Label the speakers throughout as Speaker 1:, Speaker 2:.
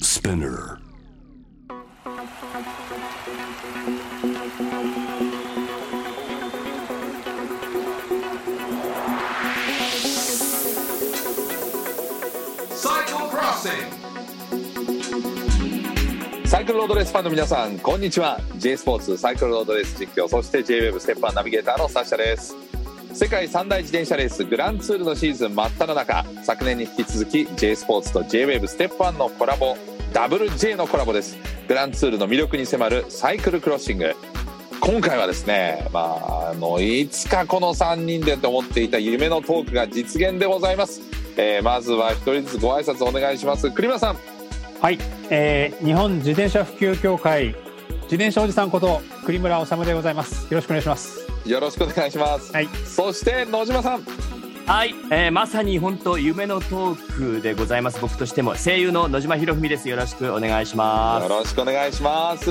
Speaker 1: Spinner.
Speaker 2: サイクルロードレースファンの皆さんこんにちは J スポーツサイクルロードレース実況そして JWEB ステッパーナビゲーターのサッシャです世界三大自転車レースグランツールのシーズン真っ只中昨年に引き続き J スポーツと JWEB ステップ1のコラボ WJ のコラボですグランツールの魅力に迫るサイクルクロッシング今回はですね、まあ、あのいつかこの3人でと思っていた夢のトークが実現でございます、えーまずは一人ずつご挨拶お願いします栗村さん
Speaker 3: はい、えー、日本自転車普及協会自転車おじさんこと栗村治でございます。よろしくお願いします。
Speaker 2: よろしくお願いします、
Speaker 3: はい
Speaker 2: そして野島さん
Speaker 4: はい、えーまさに本当夢のトークでございます僕としても声優の野島博文ですよろしくお願いしま
Speaker 2: よ
Speaker 4: す
Speaker 2: ろしくお願いします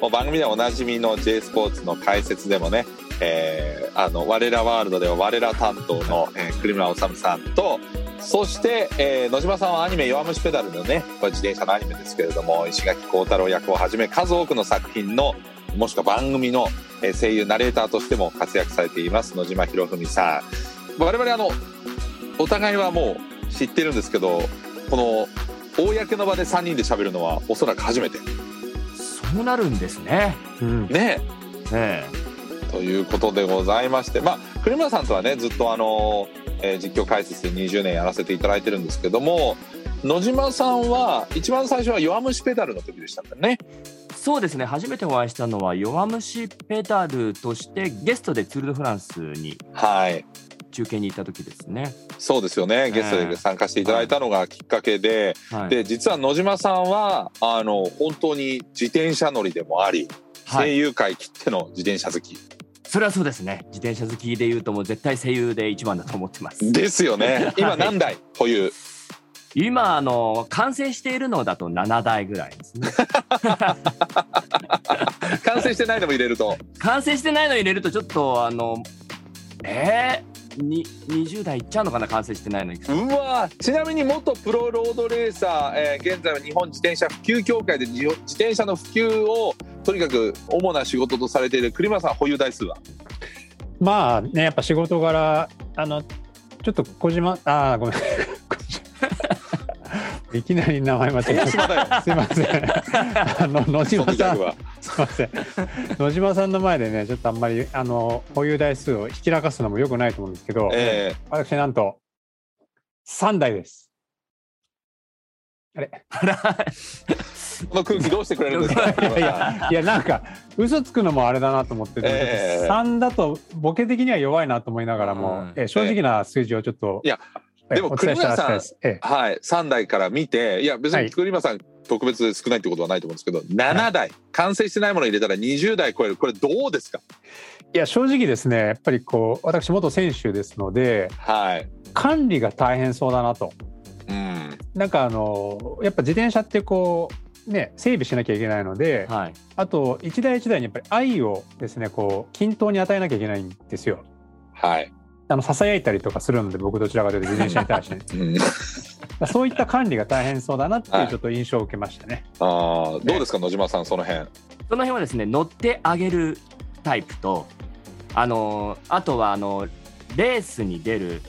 Speaker 2: もう番組ではおなじみの J スポーツの解説でもね、えーあの我らワールドでは我ら担当の、えー栗村治さんとそして、えー野島さんはアニメ「弱虫ペダル」のねこれ自転車のアニメですけれども石垣幸太郎役をはじめ数多くの作品のもしくは番組のえー声優ナレーターとしても活躍されています野島博文さん我々あのお互いはもう知ってるんですけどこの公の場で3人で喋るのはおそらく初めて
Speaker 4: そうなるんですね、うん
Speaker 2: ね
Speaker 4: え
Speaker 2: ということでございましてまあ栗村さんとはねずっとあの、えー実況解説で20年やらせていただいてるんですけども野島さんは一番最初は「弱虫ペダル」の時でしたんだね。
Speaker 4: えそうですね初めてお会いしたのは弱虫ペダルとしてゲストでツール・ド・フランスに
Speaker 2: はい
Speaker 4: 中継に行った時ですね、
Speaker 2: そうですよねゲストで参加していただいたのがきっかけで、
Speaker 4: はい、
Speaker 2: で実は野島さんはあの本当に自転車乗りでもあり、
Speaker 4: は
Speaker 2: 声
Speaker 4: い、
Speaker 2: 優界きっての自転車好き
Speaker 4: それはそうですね自転車好きでいうともう絶対声優で一番だと思ってます
Speaker 2: ですよ ね今何台保有
Speaker 4: 今あの完成しているのだと7台ぐらいですね
Speaker 2: 完成してないでも入れると
Speaker 4: 完成してないの入れるとちょっとあのえー、に20代いっちゃうのかな完成してないのに
Speaker 2: うわーちなみに元プロロードレーサー、えー現在は日本自転車普及協会で自自転車の普及をとにかく主な仕事とされている栗村さん保有台数は
Speaker 3: まあね、やっぱ仕事柄あのちょっと小島あーごめん。 小島いきなり名前間違えた。す
Speaker 2: 島だよ
Speaker 3: いません。あの野
Speaker 2: その
Speaker 3: 島
Speaker 2: ギ
Speaker 3: さ
Speaker 2: ャ
Speaker 3: ん
Speaker 2: グ、 は
Speaker 3: すいません。野島さんの前でね、ちょっとあんまりあの保有台数をひきらかすのも良くないと思うんですけど、
Speaker 2: え
Speaker 3: 私なんと三台です。あれ。
Speaker 2: ーこの空気どうしてくれるんですか栗村さん
Speaker 3: いやなんか嘘つくのもあれだなと思ってて、
Speaker 2: ええ
Speaker 3: 3だとボケ的には弱いなと思いながらも、
Speaker 4: うん
Speaker 3: ええ正直な数字をちょっと、
Speaker 2: いや
Speaker 3: ええ
Speaker 2: でも
Speaker 3: お伝えしたら
Speaker 2: 栗村さん
Speaker 3: 扱いですえ
Speaker 2: はい3台から見ていや別
Speaker 3: は
Speaker 2: に
Speaker 3: い
Speaker 2: 栗村さん特別で少ないってことはないと思うんですけど7台完成してないものを入れたら20台超えるこれどうですか
Speaker 3: えいや正直ですねやっぱりこう私元選手ですので
Speaker 2: はい
Speaker 3: 管理が大変そうだなと
Speaker 2: うん
Speaker 3: なんかあのやっぱ自転車ってこうね整備しなきゃいけないので、
Speaker 4: はい
Speaker 3: あと一台一台にやっぱり愛をですねこう均等に与えなきゃいけないんですよ
Speaker 2: はい、
Speaker 3: あの囁いたりとかするので僕どちらかというと自転車に対してね
Speaker 2: うん、
Speaker 3: だからそういった管理が大変そうだなって
Speaker 2: はいいう
Speaker 3: ちょっと印象を受けましたね。
Speaker 2: あーどうですか野島さんその辺
Speaker 4: その辺はですね乗ってあげるタイプとあのあとはあのレースに出る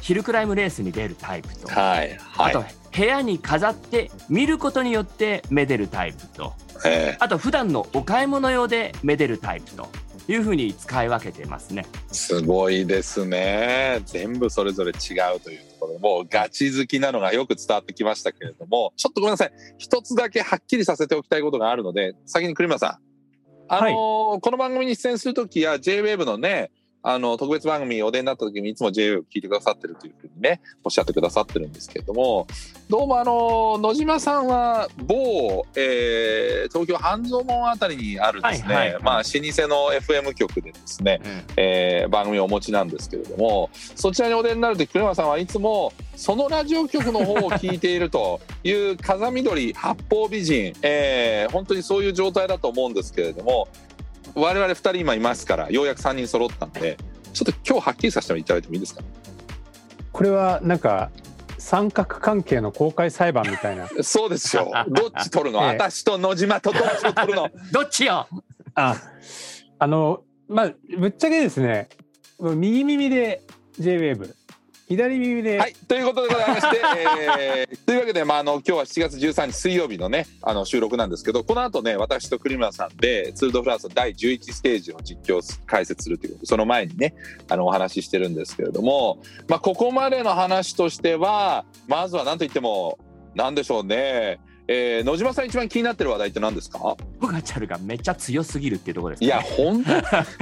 Speaker 4: ヒルクライムレースに出るタイプと、
Speaker 2: はいは
Speaker 4: あと部屋に飾って見ることによってめでるタイプと
Speaker 2: えー
Speaker 4: あと普段のお買い物用でめでるタイプというふうに使い分けてますね。
Speaker 2: すごいですね全部それぞれ違うというところもうガチ好きなのがよく伝わってきましたけれどもちょっとごめんなさい一つだけはっきりさせておきたいことがあるので先に栗村さんあのーこの番組に出演する時や JWAVE のねあの特別番組にお出になった時にいつも JWAVE を聞いてくださってるというふうにねおっしゃってくださってるんですけれどもどうもあのー野島さんは某、えー東京半蔵門あたりにあるですね、
Speaker 4: はいはいはい
Speaker 2: まあ老舗の FM 局でですねえー番組をお持ちなんですけれどもそちらにお出になると栗山さんはいつもそのラジオ局の方を聞いているという風見鶏八方美人、えー本当にそういう状態だと思うんですけれども我々2人今いますからようやく3人揃ったんでちょっと今日はっきりさせていただいてもいいですか
Speaker 3: これはなんか三角関係の公開裁判みたい な
Speaker 2: そうですよ。どっち取るの、
Speaker 3: ええ
Speaker 2: 私と野島とどっちを取るの
Speaker 4: どっちよ
Speaker 3: ああのまあぶっちゃけですね右耳で JWAVE 左耳で、
Speaker 2: はい。ということでございまして、えーというわけで、まあ、あの、今日は7月13日水曜日のね、あの、収録なんですけど、この後ね、私と栗村さんで、ツール・ド・フランスの第11ステージを実況す、解説するということで、その前にね、あの、お話ししてるんですけれども、まあ、ここまでの話としては、まずは何と言っても、何でしょうね。えー野島さん一番気になってる話題って何ですか
Speaker 4: ポガチャルがめっちゃ強すぎるっていうところです
Speaker 2: いや、ほん、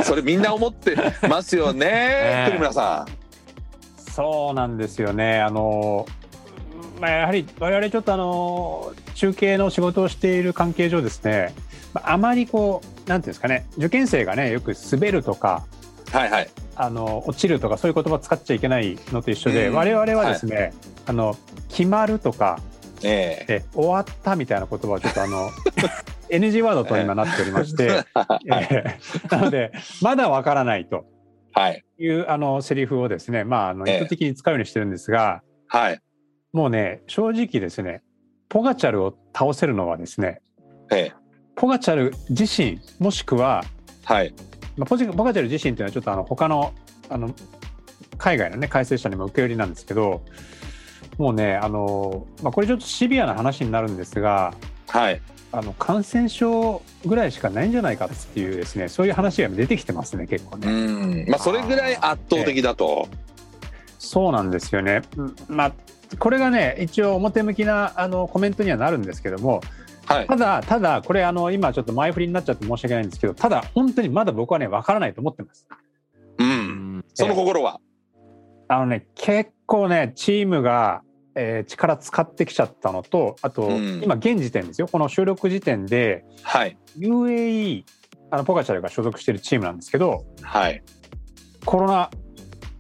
Speaker 2: それみんな思ってますよね
Speaker 4: え、え
Speaker 2: 栗村さ
Speaker 3: そうなんですよねあの、まあ、やはり我々ちょっとあの中継の仕事をしている関係上ですねまああまりこうなんていうんですかね受験生がねよく滑るとか
Speaker 2: ん。はいはい。
Speaker 3: あの落ちるとかそういう言葉使っちゃいけないのと一緒で、
Speaker 2: うん
Speaker 3: 我々はですね、あの決まるとか
Speaker 2: え
Speaker 3: え終わったみたいな言葉をちょっとあ の NG ワードと今なっておりまして、ええなのでまだわからないと
Speaker 2: えはい。
Speaker 3: いうあのセリフをですねまああの
Speaker 2: ええ
Speaker 3: 意図的に使うようにしてるんですが、
Speaker 2: はい。
Speaker 3: もうね正直ですねポガチャルを倒せるのはですね
Speaker 2: ええ
Speaker 3: ポガチャル自身もしくは
Speaker 2: はい。
Speaker 3: まあ、ポジポカチャル自身というのはちょっとあの他のあの海外のね解説者にも受け売りなんですけどもうねあの、まあ、これちょっとシビアな話になるんですが
Speaker 2: はい。
Speaker 3: あの感染症ぐらいしかないんじゃないかっていうですねそういう話が出てきてますね結構
Speaker 2: う
Speaker 3: ね。
Speaker 2: ん。まあ、それぐらい圧倒的だと。
Speaker 3: そうなんですよね、うんまあ、これがね一応表向きなあのコメントにはなるんですけども
Speaker 2: はい。
Speaker 3: ただただこれあの今ちょっと前振りになっちゃって申し訳ないんですけどただ本当にまだ僕はねわからないと思ってます。
Speaker 2: う。
Speaker 4: うんん
Speaker 2: その心は。
Speaker 3: あのね、結構ね、チームが、えー力使ってきちゃったのと、あと、
Speaker 2: うん
Speaker 3: 今現時点ですよ、この収録時点で、
Speaker 2: はい。
Speaker 3: UAE、あのポカチャルが所属しているチームなんですけど、
Speaker 2: はい。
Speaker 3: コロナ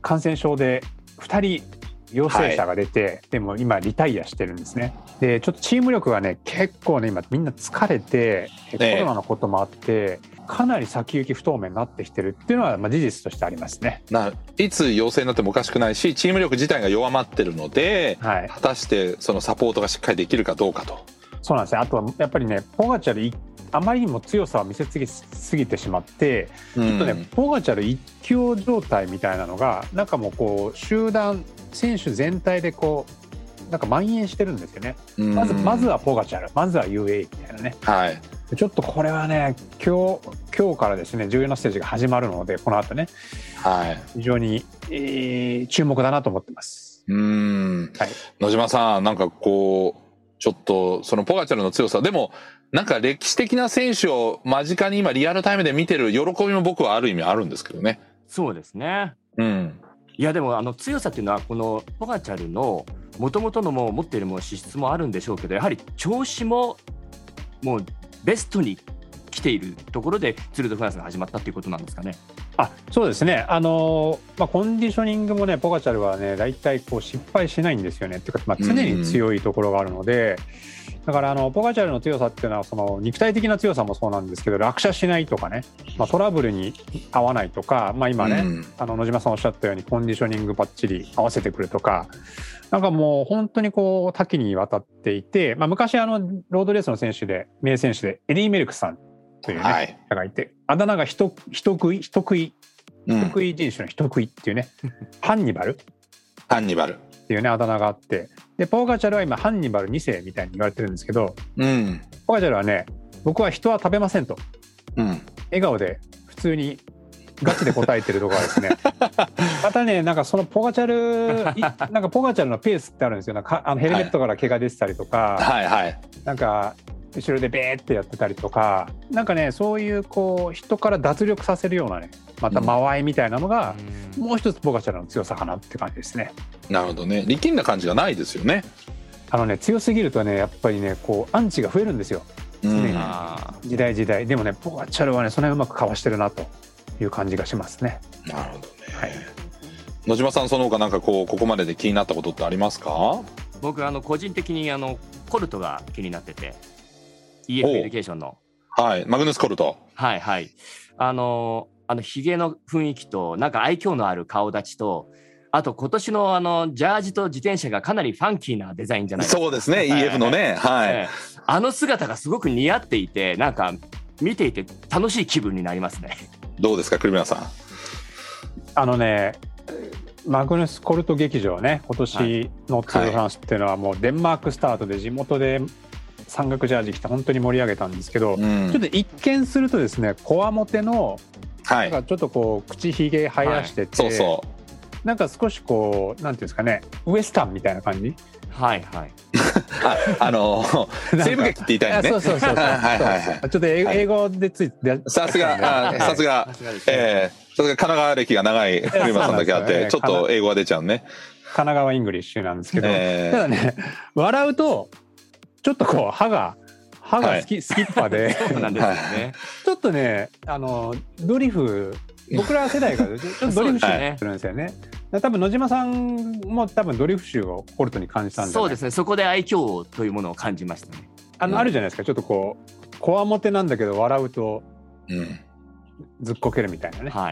Speaker 3: 感染症で2人陽性者が出て、でも今、リタイアしてるんですね。で、ちょっとチーム力がね、結構ね、今、みんな疲れて、コ
Speaker 2: ええ
Speaker 3: ロナのこともあって、かなり先行き不透明になってきてるっていうのは、まあ、事実としてありますね。
Speaker 2: ないつ陽性になってもおかしくないし、チーム力自体が弱まってるので、
Speaker 3: はい、
Speaker 2: 果たしてそのサポートがしっかりできるかどうかと。
Speaker 3: そうなんですね。あとはやっぱりね、ポガチャルいあまりにも強さを見せつけすぎてしまって、
Speaker 2: うん
Speaker 3: ちょっとね、ポガチャル一強状態みたいなのが、なんかもうこう集団選手全体でこうなんか蔓延してるんですよね。
Speaker 2: うん
Speaker 3: まずまずはポガチャル、まずは UAE みたいなね。
Speaker 2: はい。
Speaker 3: ちょっとこれはね、今日今日からですね、重要なステージが始まるので、この後ね、
Speaker 2: はい。
Speaker 3: 非常に、えー注目だなと思ってます。
Speaker 2: うん、
Speaker 3: はい
Speaker 2: 野島さんなんかこうちょっとそのポガチャルの強さでもなんか歴史的な選手を間近に今リアルタイムで見てる喜びも僕はある意味あるんですけどね。
Speaker 4: そうですね。
Speaker 2: うん、
Speaker 4: いやでもあの強さっていうのはこのポガチャルのもともとのもう持っているもう資質もあるんでしょうけどやはり調子ももうベストに来ているところでツール・ド・フランスが始まったっていうことなんですかね。
Speaker 3: あそうですね、あのーまあ、コンディショニングもね、ポガチャルはね、大体こう失敗しないんですよね。っていうか、まあ、常に強いところがあるので、だからあのポガチャルの強さっていうのは、その肉体的な強さもそうなんですけど、落車しないとかね、まあ、トラブルに合わないとか、まあ、今ね、
Speaker 2: うん
Speaker 3: あの野島さんおっしゃったように、コンディショニングばっちり合わせてくるとか、なんかもう本当にこう多岐にわたっていて、まあ、昔、あのロードレースの選手で、名選手で、エディ・メルクさんというね、
Speaker 2: はい、
Speaker 3: 方がいて、あだ名が人人食い、人食い。
Speaker 2: うん、
Speaker 3: 得意人種の人食いっていうねハンニバルっ
Speaker 2: ハンニバル。
Speaker 3: ていうねあだ名があってでポーガチャルは今ハンニバル2世みたいに言われてるんですけど
Speaker 2: うん、
Speaker 3: ポーガチャルはね僕は人は食べませんと
Speaker 2: うん、
Speaker 3: 笑顔で普通にガチで答えてるところがですねまたねなんかそのポーガチャルいなんかポーガチャルのペースってあるんですよなんかあのヘルメットから毛が出てたりとか、
Speaker 2: はいはい。
Speaker 3: なんか後ろでベーってやってたりとかなんかねそういうこう人から脱力させるようなねまた間合いみたいなのが、もう一つポーガチャルの強さかなって感じですね。
Speaker 2: なるほどね。力んだ感じがないですよね。
Speaker 3: あのね強すぎるとねやっぱりねこうアンチが増えるんですよ
Speaker 2: う
Speaker 3: 常に
Speaker 2: ん、な
Speaker 4: あー
Speaker 3: 時代時代でもねポガチャルはねその辺うまくかわしてるなという感じがしますね
Speaker 2: るほどね。
Speaker 3: はい
Speaker 2: 野島さんその他なんかこうここまでで気になったことってありますか？
Speaker 4: 僕あの個人的にあのコルトが気になってて EF エデュケーションの
Speaker 2: はい、マグヌスコルト。
Speaker 4: はいはいあのあのひげの雰囲気となんか愛嬌のある顔立ちとあと今年のあのジャージと自転車がかなりファンキーなデザインじゃないですか。
Speaker 2: そうですね、EF のね、はい。
Speaker 4: ええあの姿がすごく似合っていて、なんか見ていて楽しい気分になりますね。
Speaker 2: どうですか、栗村さん。
Speaker 3: あのね、マグヌスコルト劇場ね、今年のツールフランスっていうのは、もうデンマークスタートで地元で山岳ジャージ着て、本当に盛り上げたんですけど、
Speaker 2: うん
Speaker 3: ちょっと一見するとですね、こわもての、
Speaker 2: は
Speaker 3: なん
Speaker 2: い。
Speaker 3: かちょっとこう、口ひげ生やしてて、
Speaker 2: そうそ
Speaker 3: なんか少しこう、なんていうんですかね、ウエスタンみたいな感じ。
Speaker 4: はいはい。
Speaker 2: う。あ、あ の、西部劇って言いたい
Speaker 3: あ
Speaker 2: んで
Speaker 3: そう
Speaker 2: ね。
Speaker 3: そうそうそう。
Speaker 2: はいはいはい
Speaker 3: ちょっと英
Speaker 2: はい
Speaker 3: 英語でついて、
Speaker 2: さすが、あさすが、
Speaker 3: え
Speaker 2: ええさすが神奈川歴が長い栗村さんだけあっ
Speaker 3: そうなん
Speaker 2: て、
Speaker 3: です
Speaker 2: ちょ
Speaker 3: よ
Speaker 2: っと英語が出ちゃうね。
Speaker 3: 神奈川イングリッシュなんですけど、
Speaker 2: え
Speaker 3: ただね、笑うと、ちょっとこう、歯が、歯がスキ,、スキッパで、
Speaker 4: そうなんですよね。
Speaker 3: ちょっとね、あの、ドリフ、僕ら世代がちょちょっとドリフ集するんですよね。だから多分野島さんも多分ドリフ集をコルトに感じたんじゃ
Speaker 4: そう
Speaker 3: ない
Speaker 4: ですね。そこで愛嬌というものを感じましたね。
Speaker 3: あ
Speaker 2: う
Speaker 3: の
Speaker 2: ん
Speaker 3: あるじゃないですかちょっとこうこわもてなんだけど笑うと
Speaker 2: えうん。
Speaker 3: ずっこけるみたいなね、
Speaker 4: はい。
Speaker 2: は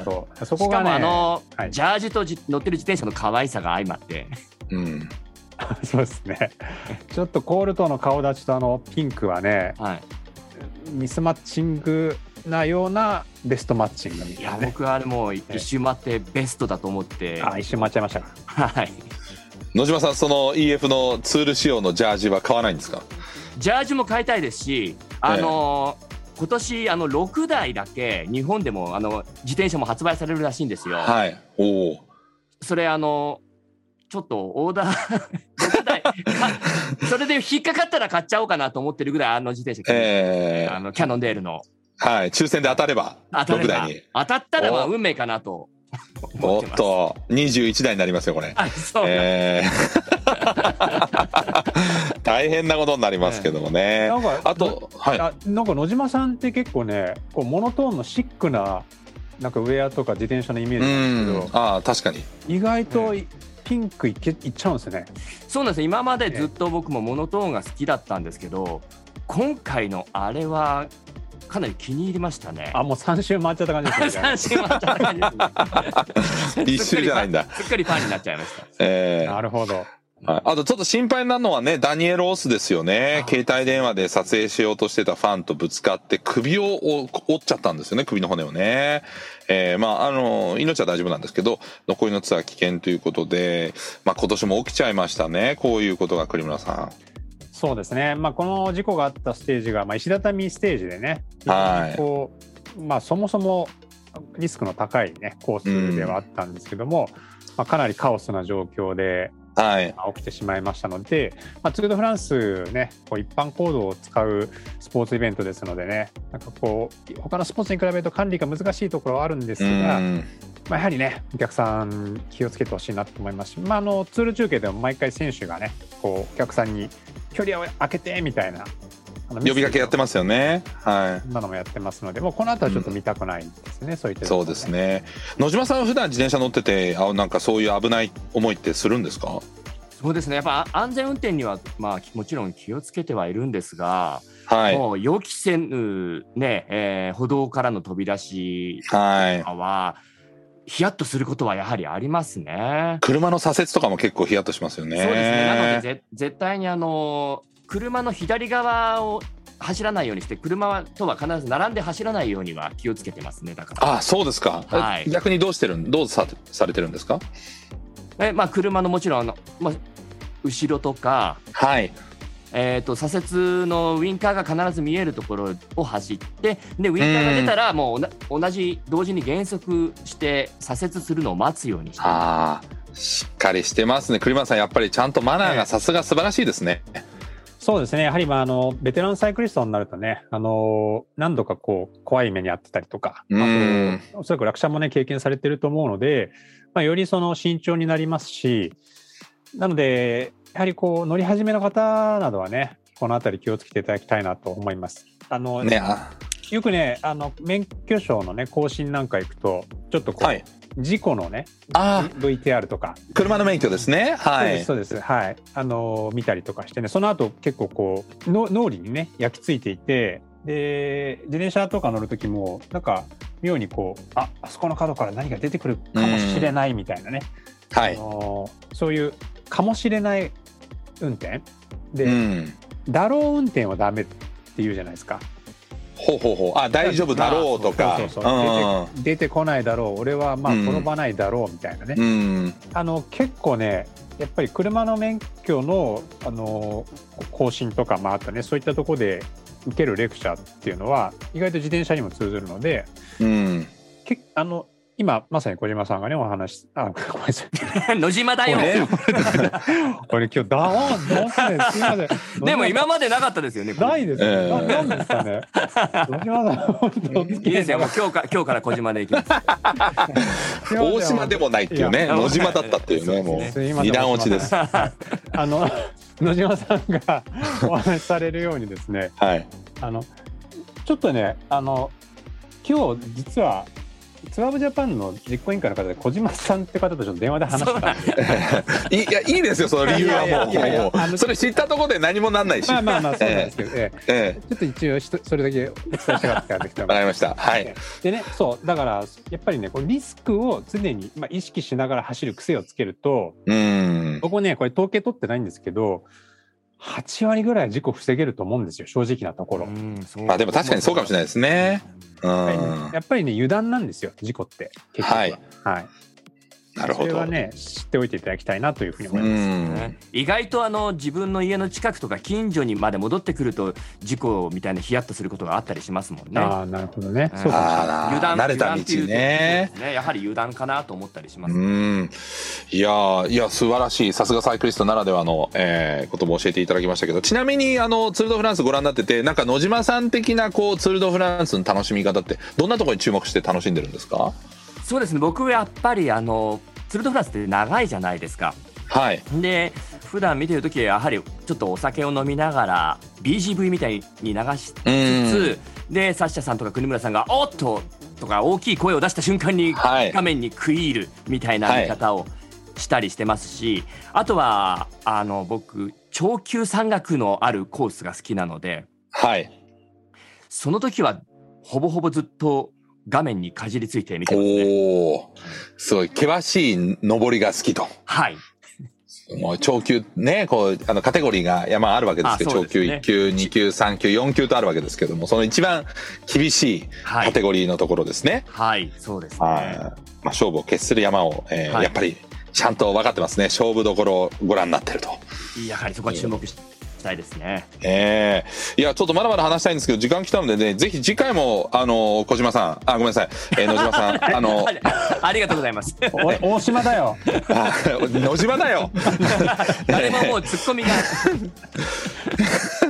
Speaker 2: い
Speaker 3: そうそ
Speaker 4: し
Speaker 3: こが
Speaker 4: か
Speaker 3: ね
Speaker 4: もあの、
Speaker 3: はい
Speaker 4: ジャージとじ乗ってる自転車の可愛さが相まって、
Speaker 2: うん。
Speaker 3: そうですね。ちょっとコールトの顔立ちとあのピンクはね、
Speaker 4: はい。
Speaker 3: ミスマッチングなようなベストマッチングみ
Speaker 4: い
Speaker 3: た
Speaker 4: や
Speaker 3: いなね。
Speaker 4: 僕はあれもう一周回ってベストだと思って、
Speaker 3: あ、一瞬待っちゃいましたか。
Speaker 4: はい。
Speaker 2: 野島さん、その EF のツール仕様のジャージは買わないんですか
Speaker 4: ジャージも買いたいですし、あのー今年あの6台だけ日本でもあの自転車も発売されるらしいんですよ。
Speaker 2: はい。おお。
Speaker 4: それあのちょっとオーダー 6台か それで引っかかったら買っちゃおうかなと思ってるぐらいあの自転車、
Speaker 2: ええ
Speaker 4: あのキャノンデールの
Speaker 2: はい。抽選で当たれば、
Speaker 4: 当たれ
Speaker 2: 6台
Speaker 4: ば
Speaker 2: に。
Speaker 4: 当たったらまあ
Speaker 2: お
Speaker 4: 運命かなと思
Speaker 2: お
Speaker 4: って
Speaker 2: っ
Speaker 4: ます。
Speaker 2: と、21台になりますよ、これ。
Speaker 4: あそうなんだ
Speaker 2: えー 大変なことになりますけどもね
Speaker 3: な。んか
Speaker 2: あと、はい。
Speaker 3: あなんか野島さんって結構ね、こうモノトーンのシックななんかウェアとか自転車のイメー
Speaker 2: う
Speaker 3: ジなんで
Speaker 2: ん
Speaker 3: すけ。
Speaker 2: ああ、確かに。
Speaker 3: ど、意外とピンクいけいっちゃうんですよね。
Speaker 4: そうなんですよ今までずっと僕もモノトーンが好きだったんですけど今回のあれはかなり気に入りましたね。
Speaker 3: あ、もう三周回っちゃった感じですよね
Speaker 4: 三。振は当たらないですね
Speaker 2: 一周じゃないんだ。
Speaker 4: すっかりファンになっちゃいました。
Speaker 2: え ー
Speaker 3: なるほど。
Speaker 2: はいあとちょっと心配なのはね、ダニエル・オスですよね。携帯電話で撮影しようとしてたファンとぶつかって首を折折っちゃったんですよね、首の骨をね。えーまあ、あの、命は大丈夫なんですけど、残りのツアー危険ということで、まあ今年も起きちゃいましたね。こういうことが栗村さ
Speaker 3: そうですね、まあ、この事故があったステージが、まあ、石畳ステージでね、
Speaker 2: はい
Speaker 3: こうまあ、そもそもリスクの高い、ね、コースではあったんですけども、まあ、かなりカオスな状況で、
Speaker 2: ん。はい。
Speaker 3: まあ起きてしまいましたので、まあ、ツール・ド・フランス、ね、こう一般行動を使うスポーツイベントですのでね、なんかこう、他のスポーツに比べると管理が難しいところはあるんです
Speaker 2: う
Speaker 3: が、
Speaker 2: ん。
Speaker 3: まあ、やはりね、お客さん、気をつけてほしいなと思いますし、まあ、あのツール中継でも毎回、選手がね、こうお客さんに距離を空けてみたいな、あの
Speaker 2: 呼びかけやって
Speaker 3: ま
Speaker 2: ますよね。はい。
Speaker 3: す。なのもやってますので、もうこの後はちょっと見たくないですね、そういった、
Speaker 2: そうです。ね。野島さんは普段自転車乗ってて、あなんかそういう危ない思いってするんですか？
Speaker 4: そうですね。やっぱ安全運転には、まあ、もちろん気をつけてはいるんですが、
Speaker 2: はい
Speaker 4: もう予期せぬ、ねえー歩道からの飛び出し
Speaker 2: はい
Speaker 4: と。かは、ヒヤッとすることはやはりありますね。
Speaker 2: 車の左折とかも結構ヒヤッとしますよね。
Speaker 4: そうですね。なのでぜ、絶対にあの車の左側を走らないようにして、車とは必ず並んで走らないようには気をつけてますね。だから。
Speaker 2: あ、そうですか。
Speaker 4: はい
Speaker 2: 逆にどうしてるん、どうさされてるんですか？
Speaker 4: えまあ、車のもちろんあの、まあ、後ろとか、
Speaker 2: はい。
Speaker 4: えー、と左折のウィンカーが必ず見えるところを走ってでウィンカーが出たらもうおな同じ同時に減速して左折するのを待つようにして
Speaker 2: ああ、しっかりしてますね。栗山さんやっぱりちゃんとマナー
Speaker 3: え
Speaker 2: が
Speaker 3: え
Speaker 2: さすが素晴らしいですね。
Speaker 3: そうですね、やはり、まあ、あのベテランサイクリストになるとね、あの何度かこう怖い目に遭ってたりとか、
Speaker 2: う
Speaker 3: あ
Speaker 2: ん
Speaker 3: とおそらく落車もね、経験されてると思うので、まあ、よりその慎重になりますし、なので、やはりこう乗り始めの方などはね、このあたり気をつけていただきたいなと思います。あの
Speaker 2: ね、あ
Speaker 3: よくね、あの免許証のね更新なんか行くと、ちょっとこう、
Speaker 2: はい。
Speaker 3: 事故のね、
Speaker 2: あ
Speaker 3: VTR ととか、
Speaker 2: ー、車の免許ですね。はい。
Speaker 3: そうですそうですはいあのー見たりとかしてねその後結構こうの脳裏にね焼き付いていてで自転車とか乗る時もなんか妙にこうああそこの角から何か出てくるかもしれないみたいなね、
Speaker 2: は
Speaker 3: あ
Speaker 2: い。
Speaker 3: のそういうかもしれない運転で、
Speaker 2: うん。
Speaker 3: だろう運転はダメって言うじゃないですか
Speaker 2: ほうほうほう。あ、大丈夫だろうとか。
Speaker 3: そうそうそう出て出てこないだろう俺はまあ
Speaker 2: うん
Speaker 3: 転ばないだろうみたいなね、
Speaker 2: うんうん。
Speaker 3: あの結構ねやっぱり車の免許のあの更新とか、まあ、あとねそういったところで受けるレクチャーっていうのは意外と自転車にも通ずるので
Speaker 2: うん。
Speaker 3: けあの今まさに小島さんがねお話しあごめんなさい
Speaker 4: 野島だよ、
Speaker 2: ね
Speaker 3: 俺今日ダウンどうすねすいません
Speaker 4: でも今までなかったですよね
Speaker 3: ないです
Speaker 2: え
Speaker 3: ね。
Speaker 2: え
Speaker 3: ななんですかね。小島さん本当
Speaker 4: いいですよもう今日か今日から小島 で行きます
Speaker 2: 大島でもないっていうね、
Speaker 4: いや
Speaker 2: 野島だったっていうね、も
Speaker 3: すいま
Speaker 2: う
Speaker 3: せ
Speaker 2: 二
Speaker 3: ん
Speaker 2: 段落ちです。
Speaker 3: あの野島さんがお話しされるようにですね、
Speaker 2: はい。
Speaker 3: あのちょっとね、あの今日実はツアーブジャパンの実行委員会の方で小島さんって方とちょっと電話で話したんです
Speaker 2: いいや、いいですよ、その理由はい
Speaker 3: や
Speaker 2: も
Speaker 3: いやいや
Speaker 2: う、も
Speaker 3: あ
Speaker 2: う、
Speaker 3: の
Speaker 2: それ知ったところで何もなんないし。
Speaker 3: まあ
Speaker 2: え
Speaker 3: まあまあそうなんですけど、え
Speaker 2: え
Speaker 3: えちょっと一応ひとそれだけお伝えしたかったんですけど
Speaker 2: わかりました。はい。
Speaker 3: でねそうだからやっぱりねこうリスクを常に、まあ、意識しながら走る癖をつけると
Speaker 2: うん。
Speaker 3: 僕ねこれ統計取ってないんですけど8割ぐらい事故防げると思うんですよ正直なところ、
Speaker 2: あ、でも確かにそうかもしれないですね。うん。
Speaker 3: やっぱりね油断なんですよ事故って結局は
Speaker 2: は
Speaker 3: はいい、
Speaker 2: なる
Speaker 3: そ
Speaker 2: ほ
Speaker 3: れ
Speaker 2: ど
Speaker 3: は。ね知っておいていただきたいなというふうに
Speaker 2: う
Speaker 3: 思います、
Speaker 2: ん。
Speaker 4: 意外とあの自分の家の近くとか近所にまで戻ってくると事故みたいなヒヤッとすることがあったりしますもんね。
Speaker 3: ああなるほどね、
Speaker 4: うん
Speaker 3: そうかもしれない
Speaker 2: あ
Speaker 4: 油
Speaker 2: ら
Speaker 4: 断
Speaker 2: 慣れた道
Speaker 4: 油断ってい
Speaker 2: ね
Speaker 4: うところですねやはり油断かなと思ったりします。
Speaker 2: うん、いやーいや素晴らしいさすがサイクリストならではの、えー、ことも教えていただきましたけどちなみにあのツール・ド・フランスご覧になっててなんか野島さん的なこうツール・ド・フランスの楽しみ方ってどんなところに注目して楽しんでるんですか
Speaker 4: そうですね僕はやっぱりあのツール・ド・フランスって長いじゃないですか。
Speaker 2: はい
Speaker 4: で普段見てる時はやはりちょっとお酒を飲みながら BGV みたいに流し
Speaker 2: う
Speaker 4: つつでサッシャさんとか国村さんが「おっと!」とか大きい声を出した瞬間に
Speaker 2: はい
Speaker 4: 画面に食い入るみたいな見方をしたりしてますし、あとはあの僕長級山岳のあるコースが好きなので
Speaker 2: はい
Speaker 4: その時はほぼほぼずっと画面にかじりついて見てますね。
Speaker 2: おおすごい険しい登りが好きと
Speaker 4: はい、
Speaker 2: もう長級ねこうあのカテゴリーが山あるわけですけど
Speaker 4: あそう
Speaker 2: 長
Speaker 4: です
Speaker 2: 級
Speaker 4: ね
Speaker 2: 1級2級3級4級とあるわけですけどもその一番厳しい
Speaker 4: は
Speaker 2: カテ
Speaker 4: い、
Speaker 2: ゴリーのところですね、
Speaker 4: はい、そうです
Speaker 2: はい
Speaker 4: ね。
Speaker 2: まあ、勝負を決する山を、えー
Speaker 4: はい
Speaker 2: やっぱりちゃんと分かってますね勝負どころをご覧になってると。
Speaker 4: やはりそこは注目したいですね。
Speaker 2: ええいやちょっとまだまだ話したいんですけど時間来たのでねぜひ次回もあの小島さんあごめんなさい、えー野島さんあ の
Speaker 4: ありありがとうござい ます。
Speaker 3: おい大島 だよ
Speaker 2: あ野島だよ
Speaker 4: 誰ももうツッ コミが。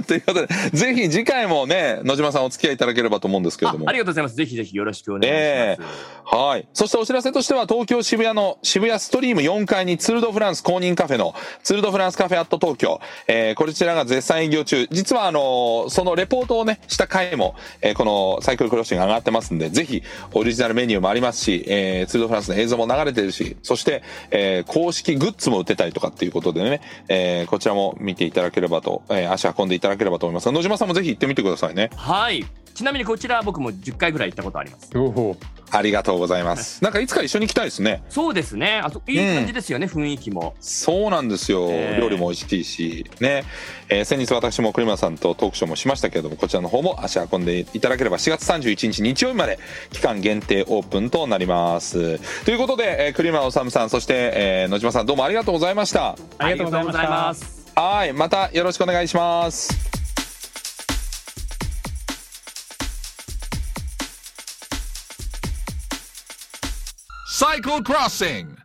Speaker 2: ということでぜひ次回もね野島さんお付き合いいただければと思うんですけれ
Speaker 4: あ
Speaker 2: ども
Speaker 4: ありがとうございます。ぜひぜひよろしくお願いします。
Speaker 2: はい。そしてお知らせとしては、東京渋谷の渋谷ストリーム4階にツールドフランス公認カフェのツールドフランスカフェアット東京、えーこちらが絶賛営業中。実はあのーそのレポートをね、した回も、えーこのサイクルクロッシング上がってますんで、ぜひオリジナルメニューもありますし、えーツールドフランスの映像も流れてるし、そして、えー公式グッズも売ってたりとかっていうことでね、えーこちらも見ていただければと、えー足運んでいただければと思いますが。野島さんもぜひ行ってみてくださいね。
Speaker 4: はい。ちなみにこちらは僕も10回ぐらい行ったことあります。
Speaker 3: おお
Speaker 2: ありがとうございます。なんかいつか一緒に行きたいですね。
Speaker 4: そうですね。あそいい感じですよね、雰囲気も。
Speaker 2: そうなんですよ、
Speaker 4: えー
Speaker 2: 料理も美味しいしね、えー先日私も栗村さんとトークショーもしましたけれどもこちらの方も足運んでいただければ4月31日日曜日まで期間限定オープンとなりますということで、えー、栗村治さんそして、えー野島さんどうもありがとうございました
Speaker 3: ありがとうございました
Speaker 4: ありがとうございす。
Speaker 2: はいまたよろしくお願いしますサイクルクロッシング